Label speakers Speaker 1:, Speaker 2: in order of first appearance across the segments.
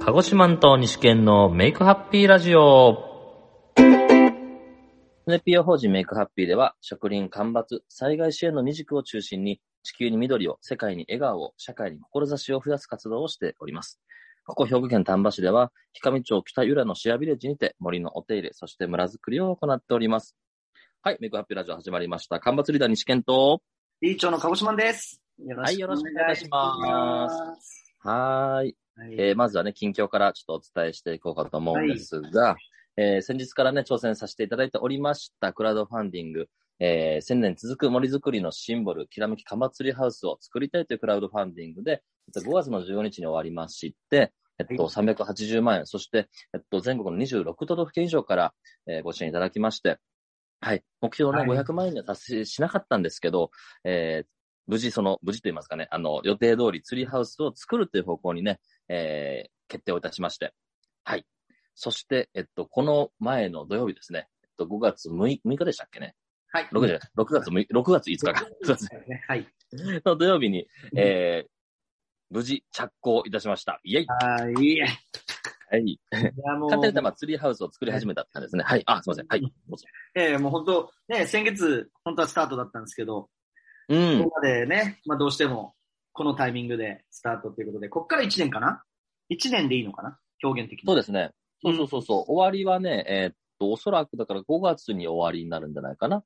Speaker 1: 鹿児島と西県のメイクハッピーラジオ。
Speaker 2: NPO 法人メイクハッピーでは、植林、干ばつ、災害支援の二軸を中心に、地球に緑を、世界に笑顔を、社会に志を増やす活動をしております。ここ兵庫県丹波市では、氷上町北浦のシェアビレッジにて森のお手入れ、そして村づくりを行っております。はい、メイクハッピーラジオ始まりました。干ばつリーダー西健と、
Speaker 3: 理事長の鹿児島です。。
Speaker 2: はいよろしくお願いしますはーい。
Speaker 3: はい
Speaker 2: えーまずはね、近況からちょっとお伝えしていこうかと思うんですが、えー先日からね、挑戦させていただいておりました、クラウドファンディング、えー、1000年続く森づくりのシンボル、きらめきかまつりハウスを作りたいというクラウドファンディングで、えっと5月の15日に終わりまして、えっと、380万円、そして、えっと、全国の26都道府県以上から、えーご支援いただきまして、はい、目標のね、
Speaker 3: はい
Speaker 2: 500万円には達成しなかったんですけど、えー無事、その、無事と言いますかね、あの、予定通りツリーハウスを作るという方向にね、えー決定をいたしまして、はい。そして、えっと、この前の土曜日ですね、えっと、5月6日 ,6 日でしたっけね。
Speaker 3: はい。
Speaker 2: 6じゃない、6月6日、6月5日か。 すいません。
Speaker 3: はい。
Speaker 2: の土曜日に、えー無事着工いたしました。イェイ
Speaker 3: はい。いや、
Speaker 2: はい。
Speaker 3: も
Speaker 2: 勝
Speaker 3: う
Speaker 2: 手、に言ったらまあツリーハウスを作り始めたって感じですね。はい。あ、すいません。はい。どうぞ。
Speaker 3: ええもう本当、ね、先月、本当はスタートだったんですけど、
Speaker 2: う
Speaker 3: こ
Speaker 2: ん
Speaker 3: こ。までね、まあどうしても、このタイミングでスタートということで、こっから1年かな ?1 年でいいのかな表現的に。。
Speaker 2: そうですすね。そうそうそうそう。終わりはね、えーっと、おそらくだから5月に終わりになるんじゃないかな。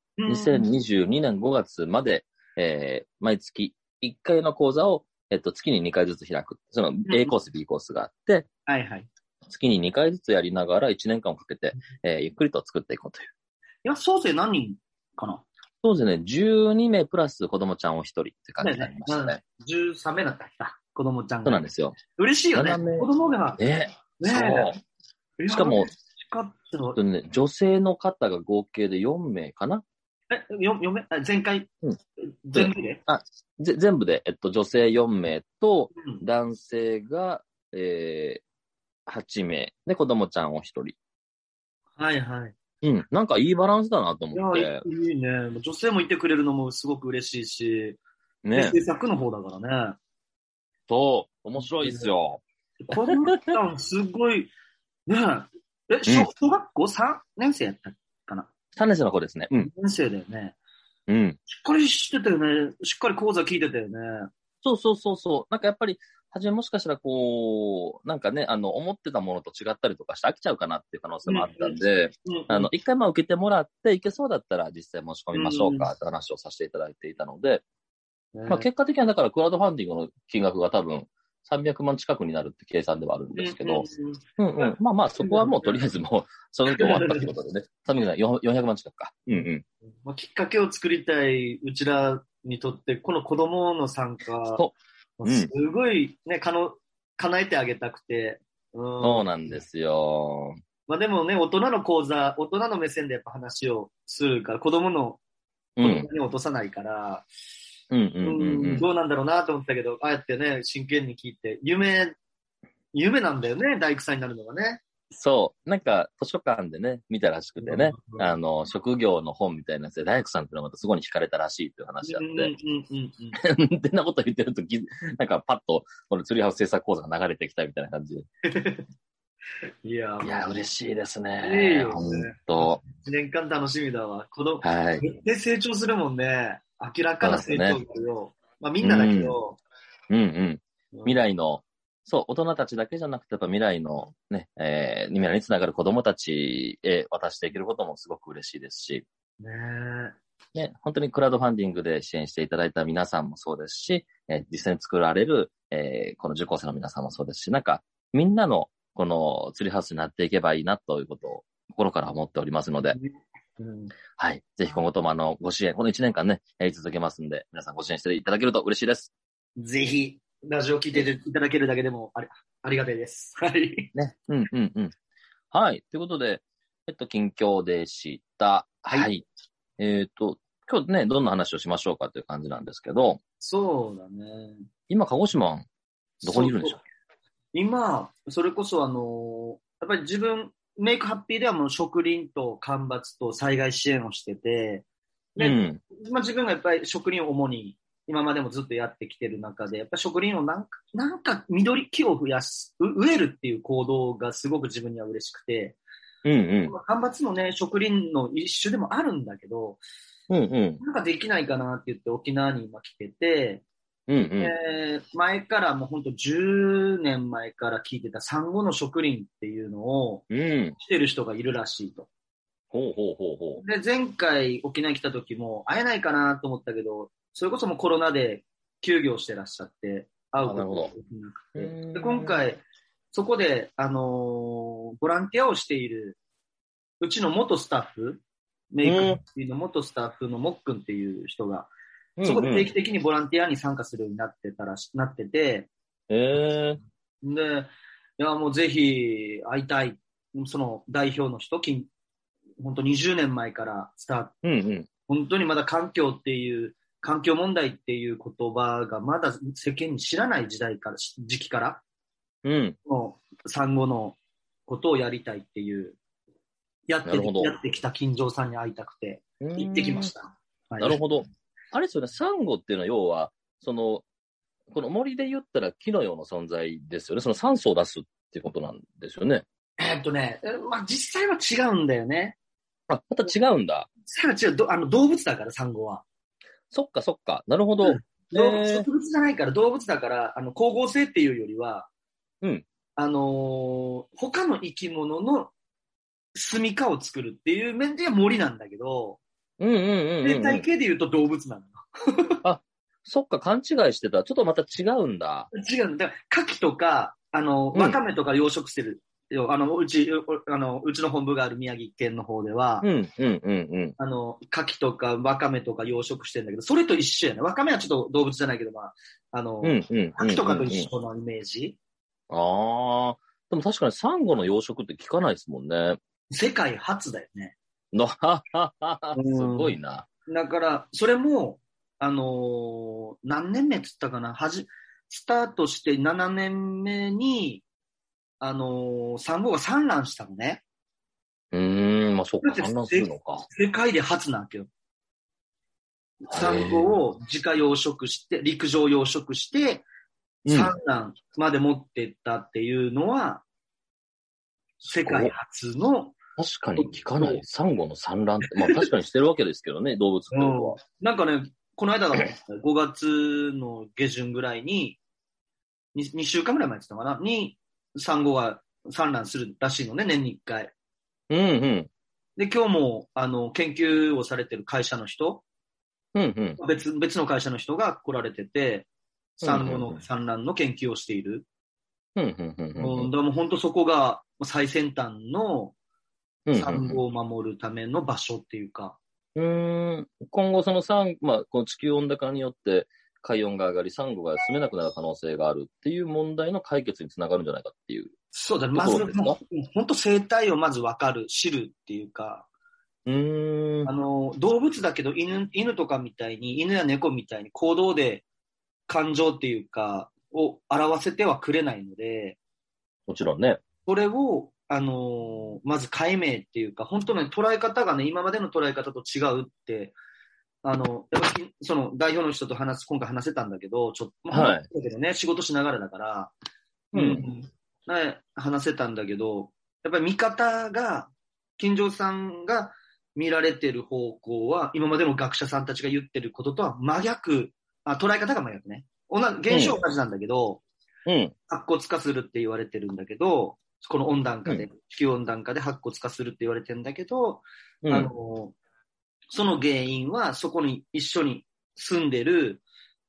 Speaker 2: 2022年5月まで、えー毎月1回の講座を、えっと、月に2回ずつ開く。その A コース、B コースがあって、
Speaker 3: はいはい。
Speaker 2: 月に2回ずつやりながら1年間をかけて、えーゆっくりと作っていこうという。
Speaker 3: 今、総勢何人かな
Speaker 2: そうですね、12名プラス子供ちゃんを1人って感じになりましたね。
Speaker 3: ?13 名だったっけか子供ちゃん
Speaker 2: そ
Speaker 3: が。
Speaker 2: うなんですよ。
Speaker 3: 嬉しいよね。
Speaker 2: 7名
Speaker 3: 子供が。
Speaker 2: ねそ
Speaker 3: ね
Speaker 2: う。しか
Speaker 3: いや
Speaker 2: も、
Speaker 3: 嬉しかった
Speaker 2: えっとね女性の方が合計で4名かな
Speaker 3: え、よ、読め、あ前回、
Speaker 2: うん
Speaker 3: 前回で、
Speaker 2: ぜ全部で、えっと、女性4名と、
Speaker 3: うん、
Speaker 2: 男性が、えー、8名。で、子供ちゃんを1人。
Speaker 3: はいはい。
Speaker 2: うん、なんかいいバランスだなと
Speaker 3: い
Speaker 2: 思っ
Speaker 3: や
Speaker 2: て、。
Speaker 3: いいね。女性もいてくれるのもすごく嬉しいし、
Speaker 2: ね。
Speaker 3: 制作の方だからね。
Speaker 2: そう、面白いですよ。
Speaker 3: この期間すごい、ねえ、え、小小学校3年生やったかな
Speaker 2: タネスの子ですね。うん。
Speaker 3: ?2 年生だよね。
Speaker 2: うん。
Speaker 3: しっかりしてたよね。しっかり講座聞いてたよね。
Speaker 2: そうそうそうそう。なんかやっぱり、はじめもしかしたらこう、なんかね、あの、思ってたものと違ったりとかして飽きちゃうかなっていう可能性もあったんで、
Speaker 3: うん
Speaker 2: あの、、一回まあ受けてもらって、いけそうだったら実際申し込みましょうかって話をさせていただいていたので、まあ結果的にはだからクラウドファンディングの金額が多分300万近くになるって計算ではあるんですけど、
Speaker 3: うんうん
Speaker 2: うんうん。まあまあ、そこはもうとりあえずも う、その時終わったってことでね。サミさん、よん400万近くか。うんうん。
Speaker 3: うんまあ、きっかけを作りたい、うちらにとって、この子供の参加、
Speaker 2: そうん
Speaker 3: すごいね、かの、叶えてあげたくて。うん、
Speaker 2: う。そうなんですよ。
Speaker 3: まあでもね、大人の講座、大人の目線でやっぱ話をするから、子供の、
Speaker 2: う
Speaker 3: 子供
Speaker 2: ん。
Speaker 3: に落とさないから、
Speaker 2: うんうんうんうん。
Speaker 3: どうなんだろうなと思ったけど、ああやってね、真剣に聞いて、夢、夢なんだよね、大工さんになるのがね。
Speaker 2: そう。なんか、図書館でね、見たらしくてね。
Speaker 3: うん
Speaker 2: あの、職業の本みたいなやつで、大工さんっていうのがまたすごい惹かれたらしいっていう話あ
Speaker 3: うんうんうん
Speaker 2: っ
Speaker 3: うんうん。
Speaker 2: て。 で、んなこと言ってるとき、なんかパッと、このツリーハウス制作講座が流れてきたみたいな感じで。
Speaker 3: いや、
Speaker 2: いや、嬉しいです
Speaker 3: いい
Speaker 2: ね。
Speaker 3: よね
Speaker 2: 本当
Speaker 3: 1年間楽しみだわ。子供、
Speaker 2: はい。
Speaker 3: 絶対成長するもんね。明らかな成長するよ。まあみんなだけど、
Speaker 2: うんうん。
Speaker 3: うん
Speaker 2: 未来の、そう、大人たちだけじゃなくて、やっぱ未来のね、えー、未来につながる子供たちへ渡していけることもすごく嬉しいですし、
Speaker 3: ね
Speaker 2: ね、本当にクラウドファンディングで支援していただいた皆さんもそうですし、えー実際に作られる、えーこの受講生の皆さんもそうですし、なんか、みんなの、このツリーハウスになっていけばいいなということを心から思っておりますので、
Speaker 3: え。うん
Speaker 2: はい。ぜひ今後ともあの、ご支援、この1年間ね、やり続けますんで、皆さんご支援していただけると嬉しいです。
Speaker 3: ぜひ、ラジオ聞いていただけるだけでもありありがたいです。はい。
Speaker 2: ね。うんうんうん。はい。ということで、えっと、近況でした。はい。えっ、と、今日ね、どんな話をしましょうかという感じなんですけど、
Speaker 3: そうだね。
Speaker 2: 今、鹿児島、どこにいるんでしょう
Speaker 3: 今、それこそあのーやっぱり自分、メイクハッピーではもう植林と干ばつと災害支援をしてて、
Speaker 2: う
Speaker 3: で、
Speaker 2: ん。
Speaker 3: まあ、自分がやっぱり職人を主に今までもずっとやってきてる中で、やっぱ植林をなんか、なんか緑木を増やす、う植えるっていう行動がすごく自分には嬉しくて、
Speaker 2: うんうん。
Speaker 3: まあ干ばつもね、植林の一種でもあるんだけど、
Speaker 2: うんうん。
Speaker 3: なんかできないかなって言って沖縄に今来てて、
Speaker 2: うんうん。
Speaker 3: えー前からもうほんと10年前から聞いてた産後の植林っていうのを
Speaker 2: うん。
Speaker 3: してる人がいるらしいと。
Speaker 2: ほうほうほうほ
Speaker 3: で、前回沖縄に来た時も会えないかなと思ったけど、それこそもうコロナで休業してらっしゃって、会うことができなく
Speaker 2: う。
Speaker 3: て。で今回、そこで、あのーボランティアをしている、うちの元スタッフ、メイクの元スタッフのもっくんっていう人が、
Speaker 2: うんうん、
Speaker 3: そこで定期的にボランティアに参加するようになってたらし、なってて、
Speaker 2: え
Speaker 3: で、いや、もうぜひ会いたい。その代表の人、近本当20年前からスタート、
Speaker 2: ー、うんうん。
Speaker 3: 本当にまだ環境っていう、環境問題っていう言葉がまだ世間に知らない時代から、し時期から、
Speaker 2: うん。
Speaker 3: もう産後のことをやりたいっていう、やって
Speaker 2: なるほど
Speaker 3: やってきた金城さんに会いたくて、行ってきました。はい
Speaker 2: なるほど。あれですよね、サンゴっていうのは要は、その、この森で言ったら木のような存在ですよね。その酸素を出すっていうことなんですよね。
Speaker 3: えーっとね、えまあ、実際は違うんだよね。
Speaker 2: あ、また違うんだ。
Speaker 3: 実際は違う、どあの動物だから、産後は。
Speaker 2: そっかそっか。なるほど。
Speaker 3: うん
Speaker 2: へ
Speaker 3: 動物
Speaker 2: ー
Speaker 3: 植物じゃないから、動物だから、あの、光合成っていうよりは、
Speaker 2: うん
Speaker 3: あのー他の生き物の住みかを作るっていう面では森なんだけど、
Speaker 2: うんうんうん
Speaker 3: 生
Speaker 2: うん、うん
Speaker 3: 態。系で言うと動物なのよ。
Speaker 2: そっか、勘違いしてた。ちょっとまた違うんだ。
Speaker 3: 違うの。だから、牡蠣とか、あの、
Speaker 2: うん
Speaker 3: わかめとか養殖してるよ。あの、うち、おあの、うちの本部がある宮城県の方では、
Speaker 2: うんうんうん
Speaker 3: あの、牡蠣とかわかめとか養殖してるんだけど、それと一緒やね。わかめはちょっと動物じゃないけど、まあ、あの、
Speaker 2: うん。うんうん。
Speaker 3: 牡蠣とかと
Speaker 2: うんうん
Speaker 3: 一緒のイメージ。
Speaker 2: うん。ああ。でも確かにサンゴの養殖って聞かないですもんね。
Speaker 3: 世界初だよね。
Speaker 2: のははははすごいな。
Speaker 3: だから、それも、あのー何年目っつったかな、はじ、スタートして7年目に、あのー、産後が産卵したのね。
Speaker 2: うーん、まあそっ
Speaker 3: だ
Speaker 2: か、
Speaker 3: って
Speaker 2: 産卵するのか。
Speaker 3: 世界で初なわけよ。産後を自家養殖して、陸上養殖して、
Speaker 2: うん
Speaker 3: 産卵まで持ってったっていうのは、世界初の、
Speaker 2: 確かに聞かない。サンゴの産卵って、まあ確かにしてるわけですけどね、動物っていうのは。
Speaker 3: なんかね、この間だと5月の下旬ぐらいに、2, 週間ぐらい前って言ったのかなに、産後が産卵するらしいのね、年に1回。
Speaker 2: うんうん。
Speaker 3: で、今日も、あの、研究をされてる会社の人、
Speaker 2: うんうん。
Speaker 3: 別、別の会社の人が来られてて、産
Speaker 2: うんう
Speaker 3: 後
Speaker 2: んう
Speaker 3: の
Speaker 2: ん
Speaker 3: 産卵の研究をしている。
Speaker 2: うんうんうんうん
Speaker 3: うん、だからもう本当そこが最先端の
Speaker 2: うん。
Speaker 3: 産後を守るための場所っていうか、
Speaker 2: うーん。今後そのサン、まあこの地球温暖化によって海温が上がり、サンゴが住めなくなる可能性があるっていう問題の解決につながるんじゃないかっていう。
Speaker 3: そうだね、まず
Speaker 2: そうですか
Speaker 3: もう本当生態をまず分かる、知るっていうか、
Speaker 2: うーん
Speaker 3: あ。の、動物だけど犬、犬とかみたいに、犬や猫みたいに行動で感情っていうか、を表せてはくれないので、
Speaker 2: もちろんね。
Speaker 3: それを、あのーまず解明っていうか、本当の捉え方がね、今までの捉え方と違うって、あの、やっぱりその代表の人と話す、今回話せたんだけど、ちょっと、
Speaker 2: はい
Speaker 3: だけどね、仕事しながらだから、
Speaker 2: うん
Speaker 3: ね、話せたんだけど、やっぱり見方が、金城さんが見られてる方向は、今までの学者さんたちが言ってることとは真逆、あ捉え方が真逆ね。同じ現象は同じなんだけど、
Speaker 2: うん。
Speaker 3: 白骨化するって言われてるんだけど、この温暖化で、地球温暖化で白骨化するって言われてるんだけど、
Speaker 2: う
Speaker 3: あ
Speaker 2: ん。
Speaker 3: の、その原因は、そこに一緒に住んでる、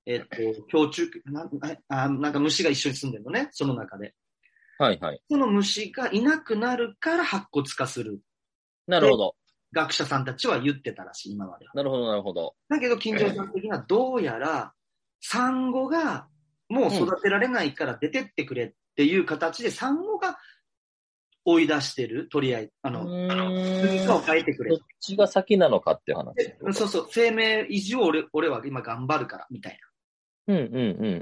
Speaker 3: え っと、強虫、なあなんか虫が一緒に住んでるのね、その中で。
Speaker 2: はいはい。
Speaker 3: その虫がいなくなるから白骨化する。
Speaker 2: なるほど。
Speaker 3: 学者さんたちは言ってたらしい、今までは。
Speaker 2: なるほど、なるほど。
Speaker 3: だけど、金城さん的にはどうやら、産後がもう育てられないから出てってくれっていう形で、産後が追い出してる、とりあえず、あ
Speaker 2: う
Speaker 3: の、
Speaker 2: ー
Speaker 3: 何
Speaker 2: ん。
Speaker 3: か
Speaker 2: ど
Speaker 3: を変えてくれ
Speaker 2: っ。ちが先なのかっていう話。
Speaker 3: でそうそう、生命維持を俺俺は今頑張るから、みたい
Speaker 2: うんうんうんうんうんうんう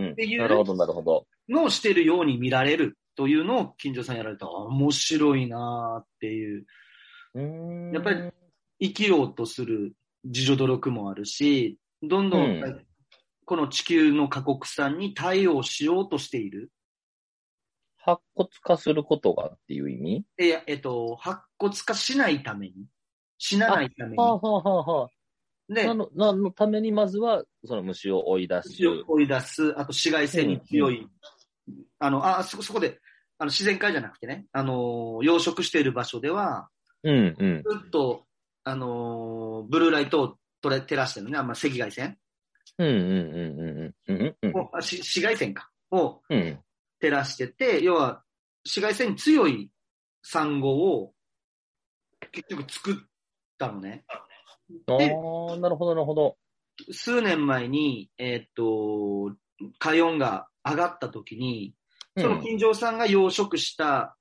Speaker 2: んうん。
Speaker 3: っていう
Speaker 2: なるほど、なるほど。
Speaker 3: なのをしてるように見られるというのを、金城さんやられた。あ面白いなーっていう。
Speaker 2: うーん
Speaker 3: やっぱり生きようとする自助努力もあるし、どんどん、
Speaker 2: うん
Speaker 3: この地球の過酷さに対応しようとしている。
Speaker 2: 白骨化することがっていう意味
Speaker 3: いや、えっと、白骨化しないために。死なないため
Speaker 2: はあ、は
Speaker 3: に。
Speaker 2: あはあはあ、
Speaker 3: で
Speaker 2: な、の、なのためにまずは、その虫を追い出す。
Speaker 3: 虫を追い出す、あと紫外線に強い。あの、あ、そこ、そこで、あの、自然界じゃなくてね、あのー養殖している場所では、
Speaker 2: うんうん。
Speaker 3: ずっと、あのーブルーライトを取れ照らしてるのね、あんま赤外線
Speaker 2: うんうんうんうんうんうんうん
Speaker 3: を、あし紫外線か、を
Speaker 2: うんうん。
Speaker 3: 照らしてて、要は紫外線に強い産後を結局作ったのね。
Speaker 2: ああ、なるほどなるほど。
Speaker 3: 数年前に、えーっと、海温が上がった時
Speaker 2: う
Speaker 3: に、
Speaker 2: ん
Speaker 3: その金城さんが養殖した、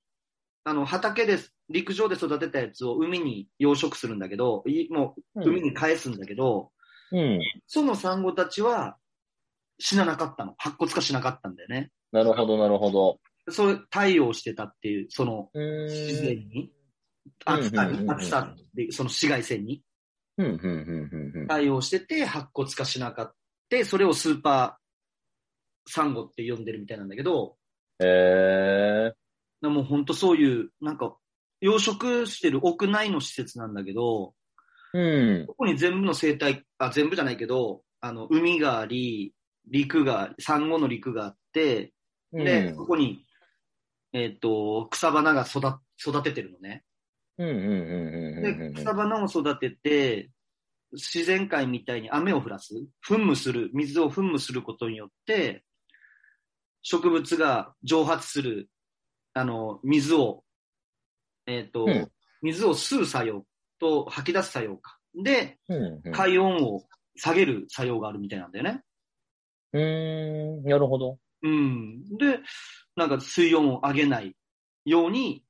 Speaker 3: あの、畑で、陸上で育てたやつを海に養殖するんだけど、いもう海に返すんだけど、
Speaker 2: うん。
Speaker 3: その産後たちは死ななかったの。白骨化しなかったんだよね。
Speaker 2: なるほどなるほど。
Speaker 3: それ、対応してたっていう、その、
Speaker 2: うーん
Speaker 3: 自然に、
Speaker 2: うん
Speaker 3: 暑さ
Speaker 2: うんうんう
Speaker 3: に、
Speaker 2: ん
Speaker 3: 暑さで、その紫外線に
Speaker 2: うんうんうんうんうん。
Speaker 3: 対応してて、白骨化しなかった。それをスーパーサンゴって呼んでるみたいなんだけど、
Speaker 2: へえ。
Speaker 3: もう本当そういう、なんか、養殖してる屋内の施設なんだけど、
Speaker 2: うん。
Speaker 3: ここに全部の生態、あ、全部じゃないけど、あの、海があり、陸があり、産後の陸があって、で、
Speaker 2: うん
Speaker 3: そこに、えっ、と、草花が育、育ててるのね。
Speaker 2: うんうんうんうんうん
Speaker 3: で、
Speaker 2: うん。
Speaker 3: 草花を育てて、自然界みたいに雨を降らす、噴霧する、水を噴霧することによって、植物が蒸発する、あの、水を、えっ、と、
Speaker 2: うん
Speaker 3: 水を吸う作用と吐き出す作用か。で、
Speaker 2: うんうん
Speaker 3: 海温を下げる作用があるみたいなんだよね。
Speaker 2: うーん、なるほど。
Speaker 3: うん。で、なんか水温を上げないように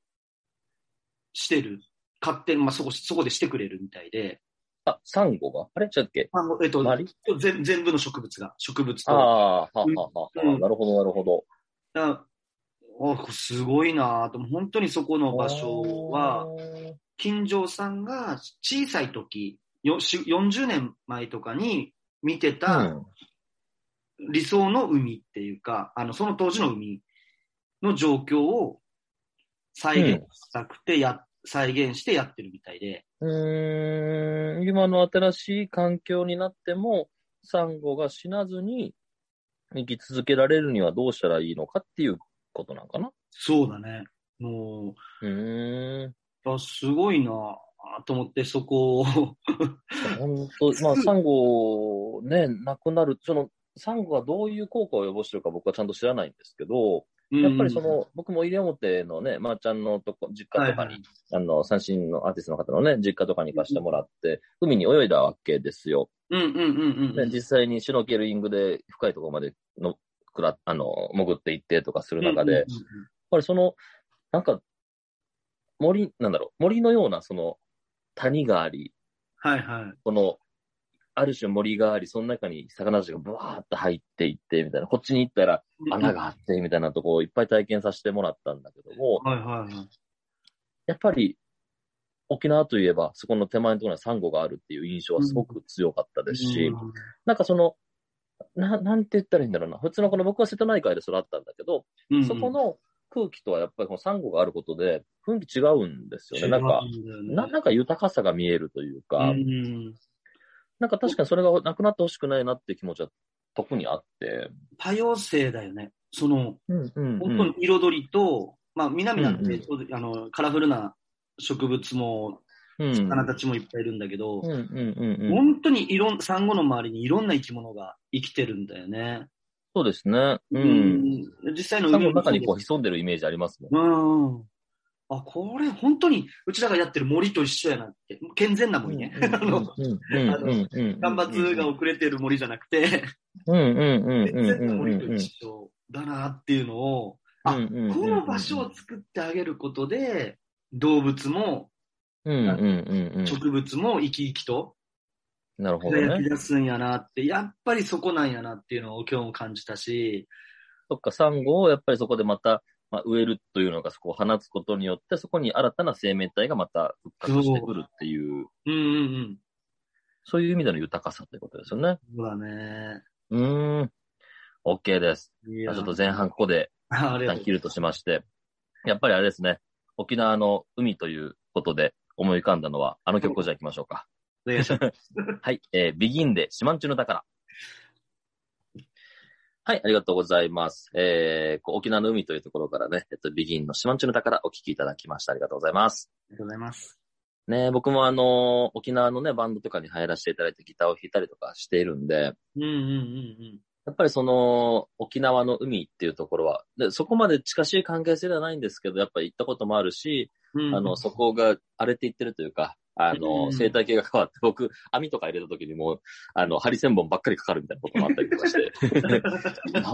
Speaker 3: してる。勝手に、まあ、そこ、そこでしてくれるみたいで。
Speaker 2: あ、サンゴがあれちょっとっけ
Speaker 3: あの、えっと、
Speaker 2: マリ
Speaker 3: 全全部の植物が、植物
Speaker 2: あ
Speaker 3: と。
Speaker 2: あ、
Speaker 3: だか
Speaker 2: はあはあはあ。
Speaker 3: うん
Speaker 2: なるほどなるほど。
Speaker 3: らあこれすごいなぁと、本当にそこの場所は、金城さんが小さい時、よし40年前とかに見て
Speaker 2: あー、
Speaker 3: た理想の海っていうか、あの、その当時の海の状況を再現したくてや、再現してやってるみたいで、
Speaker 2: うん。うーん、今の新しい環境になっても、サンゴが死なずに生き続けられるにはどうしたらいいのかっていうことなんかな。
Speaker 3: そうだね。もう、
Speaker 2: うーん。
Speaker 3: あすごいなぁと思って、そこを。
Speaker 2: 本当、まあ、サンゴ、ね、なくなる、その、サンゴがどういう効果を及ぼしてるか僕はちゃんと知らないんですけど、やっぱりその、僕も西表のね、まー、ちゃんのとこ、実
Speaker 3: うん、
Speaker 2: 家とかに、
Speaker 3: はいはい
Speaker 2: あの、三振のアーティストの方のね、実家とかに貸してもらって、海に泳いだわけですよ。
Speaker 3: うんうんうんう
Speaker 2: で
Speaker 3: ん。
Speaker 2: 実際にシュノーケリングで深いところまでの、くら、あの、潜っていってとかする中で、やっぱりその、なんか、森、なんだろう、森のようなその、谷があり、
Speaker 3: はいはい。
Speaker 2: この、ある種森があり、その中に魚たちがブワーって入っていって、みたいな、こっちに行ったら穴があって、みたいなとこをいっぱい体験させてもらったんだけども、
Speaker 3: はいはいはい。
Speaker 2: やっぱり沖縄といえば、そこの手前のところにはサンゴがあるっていう印象はすごく強かったですし、
Speaker 3: うん
Speaker 2: なんかその、ななんて言ったらいいんだろうな、普通のこの僕は瀬戸内海で育ったんだけど、
Speaker 3: うん
Speaker 2: そこの空気とはやっぱりこのサンゴがあることで雰囲気違うんですよね。なんか、な
Speaker 3: か、
Speaker 2: なんか豊かさが見えるというか、
Speaker 3: うん
Speaker 2: なんか確かにそれがなくなってほしくないなって気持ちは特にあって、
Speaker 3: 多様性だよね。その、
Speaker 2: うんうん
Speaker 3: 本当に彩りと、まあ、南なんて、あの、カラフルな植物も、
Speaker 2: うん
Speaker 3: 魚たちもいっぱいいるんだけど、
Speaker 2: うんうんうんうん、
Speaker 3: 本当にいろん、産後の周りにいろんな生き物が生きてるんだよね。
Speaker 2: そうですね。う。
Speaker 3: うんん実際の
Speaker 2: サンゴ
Speaker 3: 海
Speaker 2: の
Speaker 3: も
Speaker 2: 中にこう潜んでるイメージありますもん。
Speaker 3: うん。あ、これ本当に、うちらがやってる森と一緒やなって。健全な森ね。 あの、干
Speaker 2: 干
Speaker 3: ばつが遅れてる森じゃなくて、
Speaker 2: うんうんうん
Speaker 3: 健
Speaker 2: うん
Speaker 3: 全な
Speaker 2: うん
Speaker 3: 森
Speaker 2: うん
Speaker 3: と
Speaker 2: うん。
Speaker 3: 一緒だなっていうのを、あ、
Speaker 2: うんうんうん
Speaker 3: この場所を作ってあげることで、動物も
Speaker 2: うんうんうんうん。
Speaker 3: 植物も生き生きと
Speaker 2: なるほど
Speaker 3: 輝き
Speaker 2: ね。
Speaker 3: 出すんやなって、やっぱりそこなんやなっていうのを今日も感じたし、
Speaker 2: そっか、サンゴをやっぱりそこでまた、まあ、植えるというのがそこを放つことによって、そこに新たな生命体がまた復活してくるっていう。
Speaker 3: うんうんうん。
Speaker 2: そういう意味での豊かさということですよね。
Speaker 3: そうだね。
Speaker 2: うーん。OK です。
Speaker 3: い
Speaker 2: じゃあちょっと
Speaker 3: と、
Speaker 2: 前半ここで
Speaker 3: ああ
Speaker 2: 一
Speaker 3: りが
Speaker 2: 旦
Speaker 3: とう
Speaker 2: 切るとしまして、やっぱりあれですね、沖縄の海ということで思い浮かんだのは、あの曲をじゃあ行きましょうか。
Speaker 3: お願いします。
Speaker 2: はい、えー、ビギンで、シマンチュの宝。はい、ありがとうございます。えー、こう沖縄の海というところからね、えっと、ビギンのシマンチュの宝お聞きいただきました。ありがとうございます。
Speaker 3: ありがとうございます。
Speaker 2: ね、僕もあの、沖縄のね、バンドとかに入らせていただいてギターを弾いたりとかしているんで、
Speaker 3: うんうんうん
Speaker 2: やっぱりその、沖縄の海っていうところは、でそこまで近しい関係性ではないんですけど、やっぱり行ったこともあるし、
Speaker 3: うん。うん
Speaker 2: あ の、そこが荒れていってるというか、あ
Speaker 3: う
Speaker 2: の、
Speaker 3: ん
Speaker 2: 生態系が変わって、僕、網とか入れた時にもう、あの、ハリセンボンばっかりかかるみたいなこともあったりとか して、な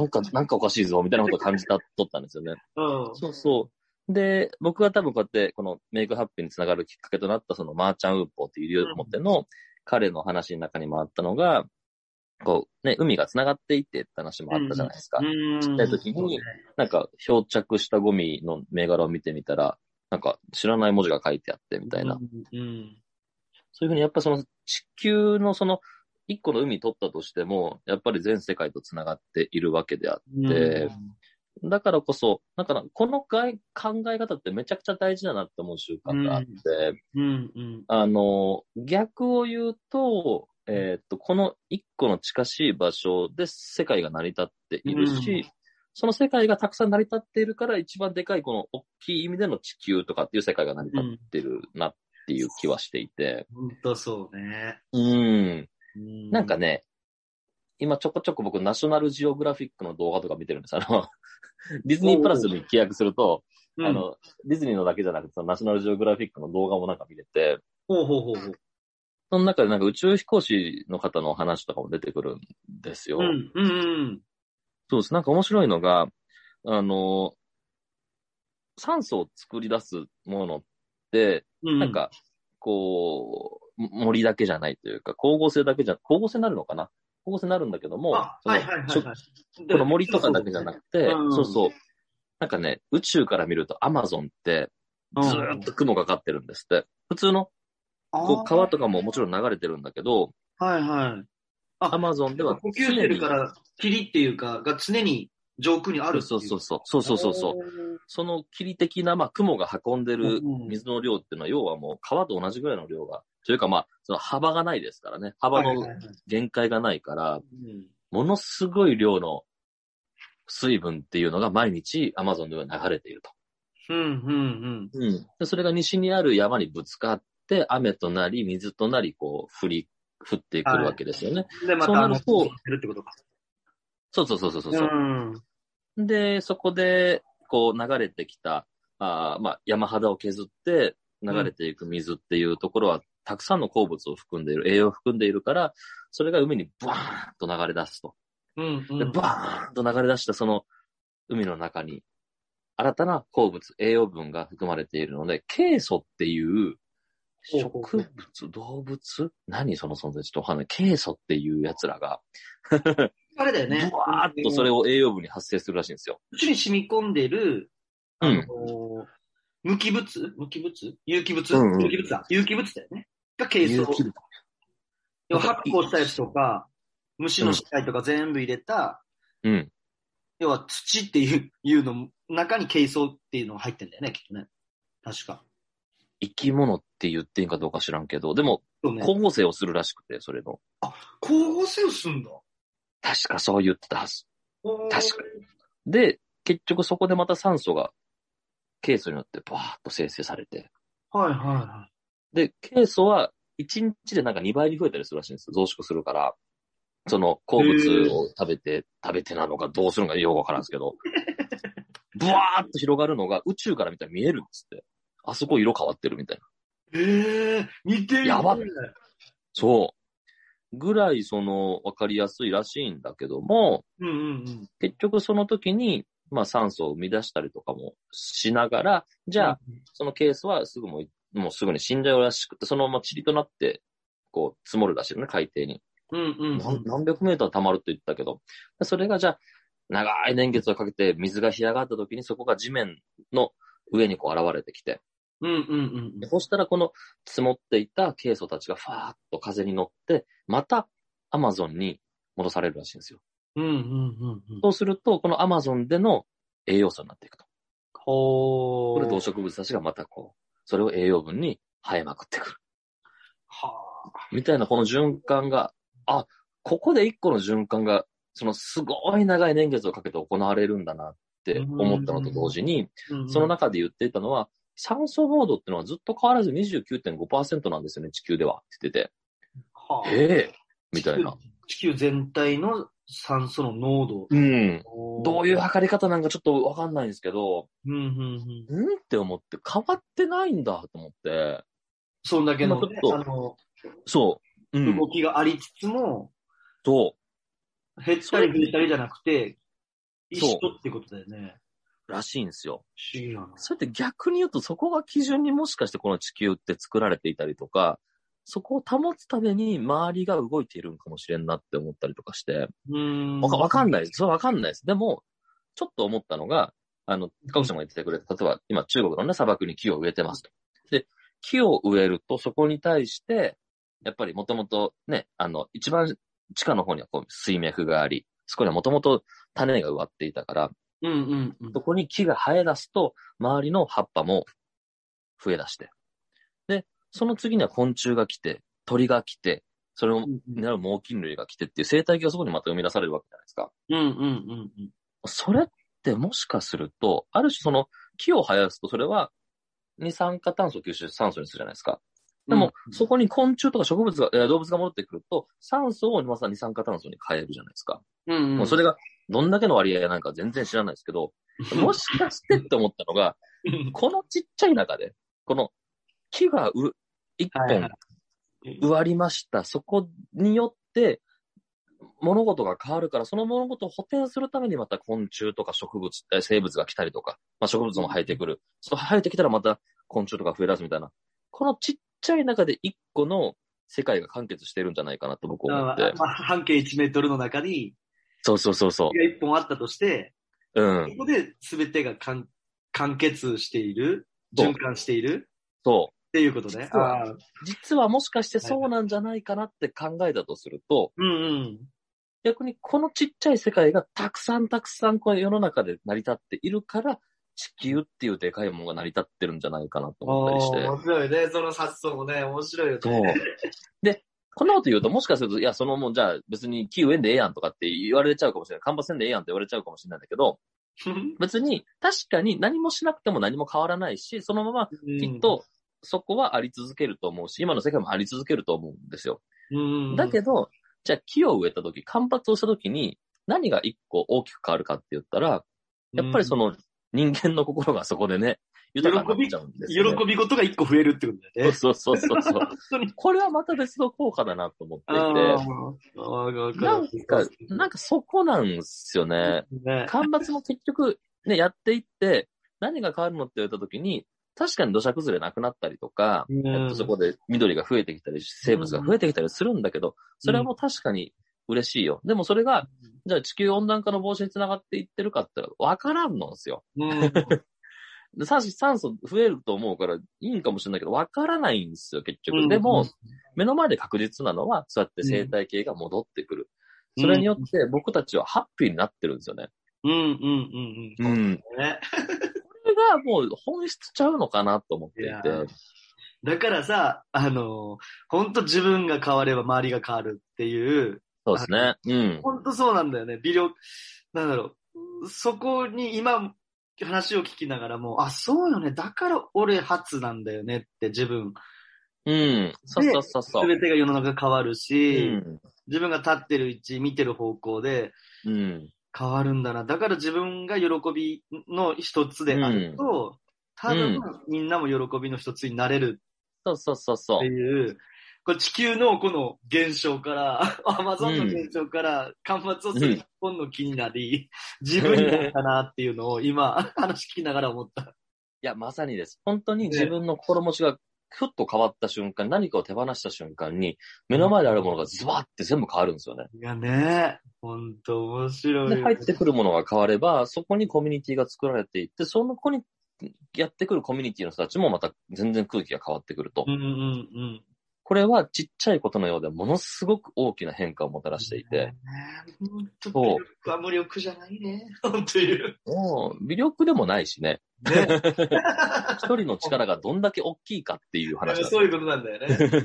Speaker 2: んか、なんかおかしいぞ、みたいなことを感じた、とったんですよね。
Speaker 3: うん
Speaker 2: そうそう。で、僕が多分こうやって、このメイクハッピーにつながるきっかけとなった、その、マーチャンウーポーっていう理由を持っての、彼の話の中にもあったのが、こう、ね、海がつながっていってって話もあったじゃないですか。
Speaker 3: うん。
Speaker 2: ちっちゃい時になんか、漂着したゴミの銘柄を見てみたら、なんか、知らない文字が書いてあって、みたいな。
Speaker 3: うんうん。
Speaker 2: そういうふうに、やっぱその地球のその、一個の海取ったとしても、やっぱり全世界と繋がっているわけであっ
Speaker 3: うん
Speaker 2: でだからこそ、だから、このがい考え方ってめちゃくちゃ大事だなって思う習慣があって、
Speaker 3: うんうん。
Speaker 2: あの、逆を言うと、えーっと、この一個の近しい場所で世界が成り立っているし、
Speaker 3: うん
Speaker 2: その世界がたくさん成り立っているから、一番でかいこの大きい意味での地球とかっていう世界が成り立ってるなっていう気はしていて、
Speaker 3: 本当そうね。
Speaker 2: うん。
Speaker 3: う
Speaker 2: なんか、ね、今ちょこちょこ僕、ナショナルジオグラフィックの動画とか見てるんです。あの、 ディズニープラスに契約すると、
Speaker 3: うん
Speaker 2: あ、の、ディズニーのだけじゃなくて、そのナショナルジオグラフィックの動画もなんか見れて、
Speaker 3: ほうほうほうほう。
Speaker 2: その中でなんか宇宙飛行士の方のお話とかも出てくるんですよ。
Speaker 3: うんうんうん。
Speaker 2: そうです。なんか面白いのが、あの、酸素を作り出すものって、
Speaker 3: う
Speaker 2: なん、か、こう、も森だけじゃないというか、光合成だけじゃ、光合成になるのかな光合成になるんだけども、
Speaker 3: あ、
Speaker 2: その
Speaker 3: はいはいはい、
Speaker 2: 食
Speaker 3: はい。
Speaker 2: この森とかだけじゃなくて、
Speaker 3: うん
Speaker 2: そうそう。なんかね、宇宙から見るとアマゾンって、
Speaker 3: うん
Speaker 2: ずーっと雲がかかってるんですって。普通のこう川とかももちろん流れてるんだけど、
Speaker 3: あーはいはい。あ
Speaker 2: アマゾンで
Speaker 3: では、
Speaker 2: は
Speaker 3: 呼吸してるから、霧っていうか、が常に上空にあ
Speaker 2: ある
Speaker 3: るって
Speaker 2: そ
Speaker 3: いう
Speaker 2: そうそう。そうそうそうそう。
Speaker 3: う。
Speaker 2: その霧的な、まあ、雲が運んでる
Speaker 3: うんうん
Speaker 2: 水の量っていうのは、要はもう川と同じぐらいの量が、というかまあ、その幅がないですからね。幅
Speaker 3: はい
Speaker 2: の
Speaker 3: はいはい
Speaker 2: 限界がないから、
Speaker 3: うん
Speaker 2: ものすごい量の水分っていうのが毎日アマゾンでは流れていると。
Speaker 3: うんうん
Speaker 2: でそれが西にある山にぶつかって、雨となり、水となり、こう、降り、降ってくるわけですよね。
Speaker 3: うん。で、ま
Speaker 2: そう
Speaker 3: た、
Speaker 2: な
Speaker 3: あの
Speaker 2: ると
Speaker 3: 吸ってるってことか。
Speaker 2: そうそうそうそうそう。
Speaker 3: ん。
Speaker 2: で、そこで、こう流れてきた、あーまあ、山肌を削って流れていく水っていうところは、たくさんの鉱物を含んでいる、栄養を含んでいるから、それが海にバーンと流れ出すと。
Speaker 3: うんう
Speaker 2: で、
Speaker 3: ん。
Speaker 2: バーンと流れ出したその海の中に、新たな鉱物、栄養分が含まれているので、ケイ素っていう植
Speaker 3: ほうほう
Speaker 2: 物、動物何その存在ちょっとわかんない。ケイ素っていう奴らが、
Speaker 3: あれだよ
Speaker 2: ブ
Speaker 3: ね。
Speaker 2: ワーっとそれ
Speaker 3: を。
Speaker 2: を栄養分に発生するらしいんですよ。
Speaker 3: うちに染み込んでる、
Speaker 2: うん
Speaker 3: あの、無機物無機物有機物
Speaker 2: うんうん
Speaker 3: 有機物だ。有機物だよね。が珪藻。要は発酵したやつとか、虫の死骸とか全部入れた、
Speaker 2: うん。
Speaker 3: 要は土っていういうのも、中に珪藻っていうのが入ってんだよね、きっとね。確か。
Speaker 2: 生き物って言っていいかどうか知らんけど、でも、
Speaker 3: そうね。
Speaker 2: 光合成をするらしくて、それの。
Speaker 3: 光合成をすんだ。
Speaker 2: 確かそう言ってたはず。
Speaker 3: 確
Speaker 2: 確かで、結局そこでまた酸素が、ケイ素によってバーッと生成されて。
Speaker 3: はいはいは
Speaker 2: で、ケイ素は1日でなんか2倍に増えたりするらしいんですよ。増殖するから。その鉱物を食べて、食べてなのかどうするのかよくわからんすけど。ブワーッと広がるのが宇宙から見たら見えるんですって。あそこ色変わってるみたいな。
Speaker 3: い。ええー、似てる、ね。
Speaker 2: やばっそう。ぐらい、その、わかりやすいらしいんだけども、
Speaker 3: うんうん
Speaker 2: 結局その時に、まあ酸素を生み出したりとかもしながら、じゃあ、
Speaker 3: うん。
Speaker 2: そのケースはすぐもう、もうすぐに死んじゃうらしくて、そのまま塵となって、こう、積もるらしいよね、海底に。
Speaker 3: うんうんうん。
Speaker 2: 何何百メートル溜まるって言ってたけど、それがじゃあ、長い年月をかけて水が干上がった時にそこが地面の上にこう現れてきて、
Speaker 3: うんうん
Speaker 2: でそしたらこの積もっていたケイ素たちがファーッと風に乗って、またアマゾンに戻されるらしいんですよ。
Speaker 3: うん。うんうんうんうん。
Speaker 2: そうすると、このアマゾンでの栄養素になっていくと。
Speaker 3: ほ
Speaker 2: これ動
Speaker 3: よ
Speaker 2: 植物たちがまたこう、それを栄養分に生えまくってくる。
Speaker 3: はあ。
Speaker 2: みたいなこの循環が、あ、ここで一個の循環が、そのすごい長い年月をかけて行われるんだなって思ったのと同時に、その
Speaker 3: 中、
Speaker 2: 中で言っていたのは、酸素濃度ってのはずっと変わらず29.5%なんですよね、地球では。って言ってて。
Speaker 3: はあ
Speaker 2: ええみたいな。
Speaker 3: 地球。地球全体の酸素の濃度。
Speaker 2: うん。ど
Speaker 3: ど
Speaker 2: ういう測り方なんかちょっとわかんないんですけど、
Speaker 3: うんうんうん。
Speaker 2: うんって思って変わってないんだと思って。
Speaker 3: そんだけの,、ね、
Speaker 2: ま
Speaker 3: あ
Speaker 2: あ
Speaker 3: の
Speaker 2: そう。うん。
Speaker 3: 動きがありつつも、
Speaker 2: そ
Speaker 3: 減ったり増えたりじゃなくて、一
Speaker 2: そう
Speaker 3: 緒ってことだよね。
Speaker 2: う。らしいんですよ。
Speaker 3: 不思議なの。
Speaker 2: それって逆に言うとそこが基準にもしかしてこの地球って作られていたりとか、そこを保つために周りが動いているんかもしれんなって思ったりとかして、
Speaker 3: うーん。
Speaker 2: わかわかん
Speaker 3: い。
Speaker 2: ないです。それわかんないです。でも、ちょっと思ったのが、あの、高口さんも言ってくれた、例えば今中国のね、砂漠に木を植えてますと。で、木を植えるとそこに対して、やっぱりもともとね、あの、一番地下の方にはこう水脈があり、そこにはもともと種が植わっていたから、
Speaker 3: うんうんうん
Speaker 2: そ。こに木が生え出すと、周りの葉っぱも増え出して。で、その次には昆虫が来て、鳥が来て、それを狙う猛禽類が来てっていう生態系がそこにまた生み出されるわけじゃないですか。
Speaker 3: うんうんうんうん。
Speaker 2: それってもしかすると、ある種その木を生やすとそれは二酸化炭素を吸収して酸素にするじゃないですか。でも、そこに昆虫とか植物が、えー動物が戻ってくると、酸素をまさに二酸化炭素に変えるじゃないですか。
Speaker 3: うん、うん。
Speaker 2: もうそ れがどんだけの割合なんか全然知らないですけど、もしかしてって思ったのが、このちっちゃい中で、この木がう、一
Speaker 3: はいは
Speaker 2: 本植わりました。そこによって、物事が変わるから、その物事を補填するためにまた昆虫とか植物、え生物が来たりとか、まあ、植物も生えてくる。その生えてきたらまた昆虫とか増え出すみたいな。このちっちゃい中で一個の世界が完結してるんじゃないかなと僕は思
Speaker 3: あ
Speaker 2: って。
Speaker 3: まあ、半径1メートルの中に、
Speaker 2: そうそうそうそ
Speaker 3: 木が1本あったとして、
Speaker 2: う。う
Speaker 3: そ
Speaker 2: ん。
Speaker 3: こで全てが完完結している、
Speaker 2: そう
Speaker 3: 循環している
Speaker 2: そ
Speaker 3: っていうことね。
Speaker 2: 実は
Speaker 3: あー
Speaker 2: う。実はもしかしてそうなんじゃないかなって考えたとすると、
Speaker 3: うんうん。
Speaker 2: 逆にこのちっちゃい世界がたくさんたくさんこの世の中で成り立っているから、地球っていうでかいものが成り立ってるんじゃないかなと思ったりして。
Speaker 3: 面白いね。その発想もね、面白いよ
Speaker 2: そう。で、こんなこと言うと、もしかすると、いや、そのもうじゃあ別に木植えんでええやんとかって言われちゃうかもしれない。看板せんでええやんって言われちゃうかもしれないんだけど、別に確かに何もしなくても何も変わらないし、そのままきっ、とそこはあり続けると思うし、今の世界もあり続けると思うんですよ。
Speaker 3: うん、
Speaker 2: だけ
Speaker 3: ど、
Speaker 2: ど、じゃあ木を植えた時、間伐をした時に何が一個大きく変わるかって言ったら、やっぱりそ
Speaker 3: の、
Speaker 2: の人間の心がそこでね、豊かになっちゃうんです
Speaker 3: 喜
Speaker 2: よ、ね。
Speaker 3: び事が1個増えるってことだよ ね。
Speaker 2: そうそうそうそう。
Speaker 3: 本当に。
Speaker 2: これはまた別の効果だなと思
Speaker 3: あー
Speaker 2: って
Speaker 3: わかるわ
Speaker 2: いて、なん
Speaker 3: か
Speaker 2: か
Speaker 3: る、
Speaker 2: なんかそこなんですよね。
Speaker 3: ね
Speaker 2: 干ばつも結局ね、やっていって、何が変わるのって言った時に、確かに土砂崩れなくなったりとか、
Speaker 3: うん
Speaker 2: えっとそこで緑が増えてきたり、生物が増えてきたりするんだけど、それはもう確かに嬉しいよ。でもそれが、じゃあ地球温暖化の防止につながっていってるかって言ったら、わからんのですよ。
Speaker 3: うん
Speaker 2: で酸素酸素増えると思うからいいんかもしれないけど、わからないんですよ、結局。でも、、目の前で確実なのは、そうやって生態系が戻ってくる。
Speaker 3: うん
Speaker 2: それによって僕たちはハッピーになってるんですよね。
Speaker 3: うんうんうんうん。
Speaker 2: ん。
Speaker 3: ね
Speaker 2: それがもう本質ちゃうのかなと思ってい
Speaker 3: いや
Speaker 2: て。
Speaker 3: だからさ、あの、本当自分が変われば周りが変わるっていう、
Speaker 2: そうですね。うん。
Speaker 3: 本当そうなんだよね。微力、なんだろう。そこに今、話を聞きながらも、あ、そうよね。だから俺初なんだよねって自分。
Speaker 2: うん。そうそうそうそう。
Speaker 3: すべてが世の中変わる
Speaker 2: う
Speaker 3: し、
Speaker 2: ん。
Speaker 3: 自分が立ってる位置、見てる方向で
Speaker 2: うん。
Speaker 3: 変わるんだな。だから自分が喜びの一つであると、多分みんなも喜びの一つになれる
Speaker 2: そうそうそうそ
Speaker 3: って
Speaker 2: う。
Speaker 3: いう、これ地球のこの現象から、 アマゾンの現象から、干ばつをする日本の気になり、自分になったなっていうのを今、 話聞きながら思った。
Speaker 2: いや、まさにです。本当に自分の心持ちがふっと変わった瞬間、何かを手放した瞬間に、目の前であるものがズワって全部変わるんですよね。
Speaker 3: いやね、ほんと面白い
Speaker 2: で、
Speaker 3: よ。
Speaker 2: 入ってくるものが変われば、そこにコミュニティが作られていって、その子にやってくるコミュニティの人たちもまた全然空気が変わってくると。
Speaker 3: うんうんうん。
Speaker 2: これはちっちゃいことのようでものすごく大きな変化をもたらしていて、
Speaker 3: ねえほんと努力は無力じゃないね。本当いう。
Speaker 2: もう微力でもないしね、
Speaker 3: ね、
Speaker 2: 一人の力がどんだけ大きいかっていう話だ。
Speaker 3: そういうことなんだ よ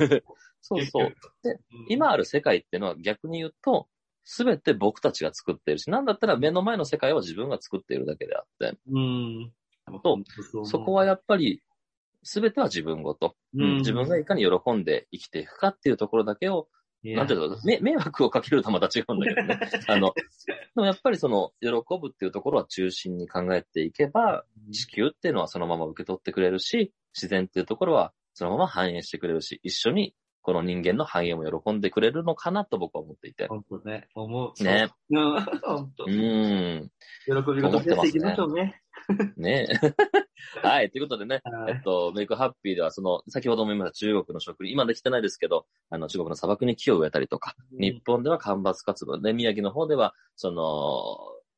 Speaker 3: ね。
Speaker 2: そうそう。で
Speaker 3: うん
Speaker 2: 今ある世界っていうのは逆に言うと、すべて僕たちが作っているし、なんだったら目の前の世界は自分が作っているだけであって、
Speaker 3: うん。
Speaker 2: そ
Speaker 3: 本当う
Speaker 2: そこはやっぱり、すべては自分ごと、
Speaker 3: うん
Speaker 2: うん自分がいかに喜んで生きていくかっていうところだけを、なんていうの、め迷惑をかけるとはまた違うんだけど ね。あの、でもやっぱりその、喜ぶっていうところは中心に考えていけば、地球っていうのはそのまま受け取ってくれるし、自然っていうところはそのまま反映してくれるし、一緒にこの人間の繁栄も喜んでくれるのかなと僕は思っていて。
Speaker 3: 本当ね、思う。
Speaker 2: ね。
Speaker 3: うん、本当。
Speaker 2: う
Speaker 3: 喜
Speaker 2: ーん。
Speaker 3: びが出ていきましょうね。
Speaker 2: ね はい。ということでね、
Speaker 3: は
Speaker 2: え
Speaker 3: い
Speaker 2: っと、メイクハッピーでは、その、先ほども言いました中国の食林、今できてないですけど、あの、中国の砂漠に木を植えたりとか、日本では干ばつ活動で、宮城の方では、その、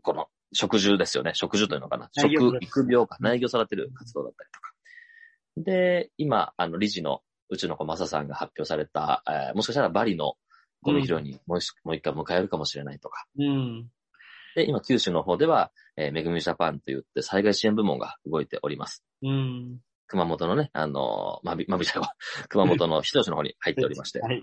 Speaker 2: この、食獣ですよね。食獣というのかな。
Speaker 3: 苗
Speaker 2: 食
Speaker 3: 木、
Speaker 2: 育苗か、苗木を育てる活動だったりとか。で、今、あの、理事の、うちの子、マサさんが発表された、えーもしかしたらバリのゴミ拾いにもう一もう一回迎えるかもしれないとか。
Speaker 3: うん。
Speaker 2: で、今、九州の方では、えー、めぐみジャパンと言って災害支援部門が動いております。
Speaker 3: うん。
Speaker 2: 熊本のね、あのーまび、まびじゃないわ 熊本の人吉の方に入っておりまして。
Speaker 3: はい。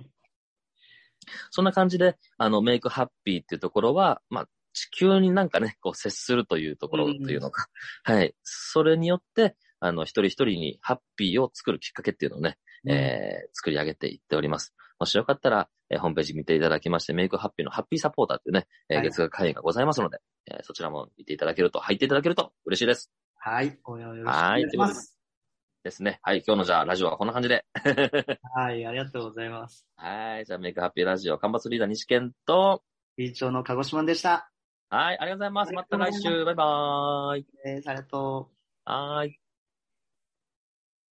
Speaker 2: そんな感じで、あの、メイクハッピーっていうところは、まあ、地球になんかね、こう接するというところというのか、はい。それによって、あの、一人一人にハッピーを作るきっかけっていうのをね、えー作り上げていっております。もしよかったら、えーホームページ見ていただきまして、メイクハッピーのハッピーサポーターっていうね、えー
Speaker 3: はい
Speaker 2: 月額会員がございますので、えーそちらも見ていただけると、入っていただけると嬉しいです。
Speaker 3: はい。応援をよろしくお
Speaker 2: は
Speaker 3: 願
Speaker 2: い
Speaker 3: いします。
Speaker 2: ですね。はい。今日のじゃあ、ラジオはこんな感じで。
Speaker 3: はい。ありがとうございます。
Speaker 2: はい。じゃあ、メイクハッピーラジオ、間伐リーダー西健と、
Speaker 3: 理事長の鹿児島でした。
Speaker 2: はい。ありがとうございます。また来
Speaker 3: あり
Speaker 2: 週。バイバーイ。
Speaker 3: えー、ありがとう。
Speaker 2: はい。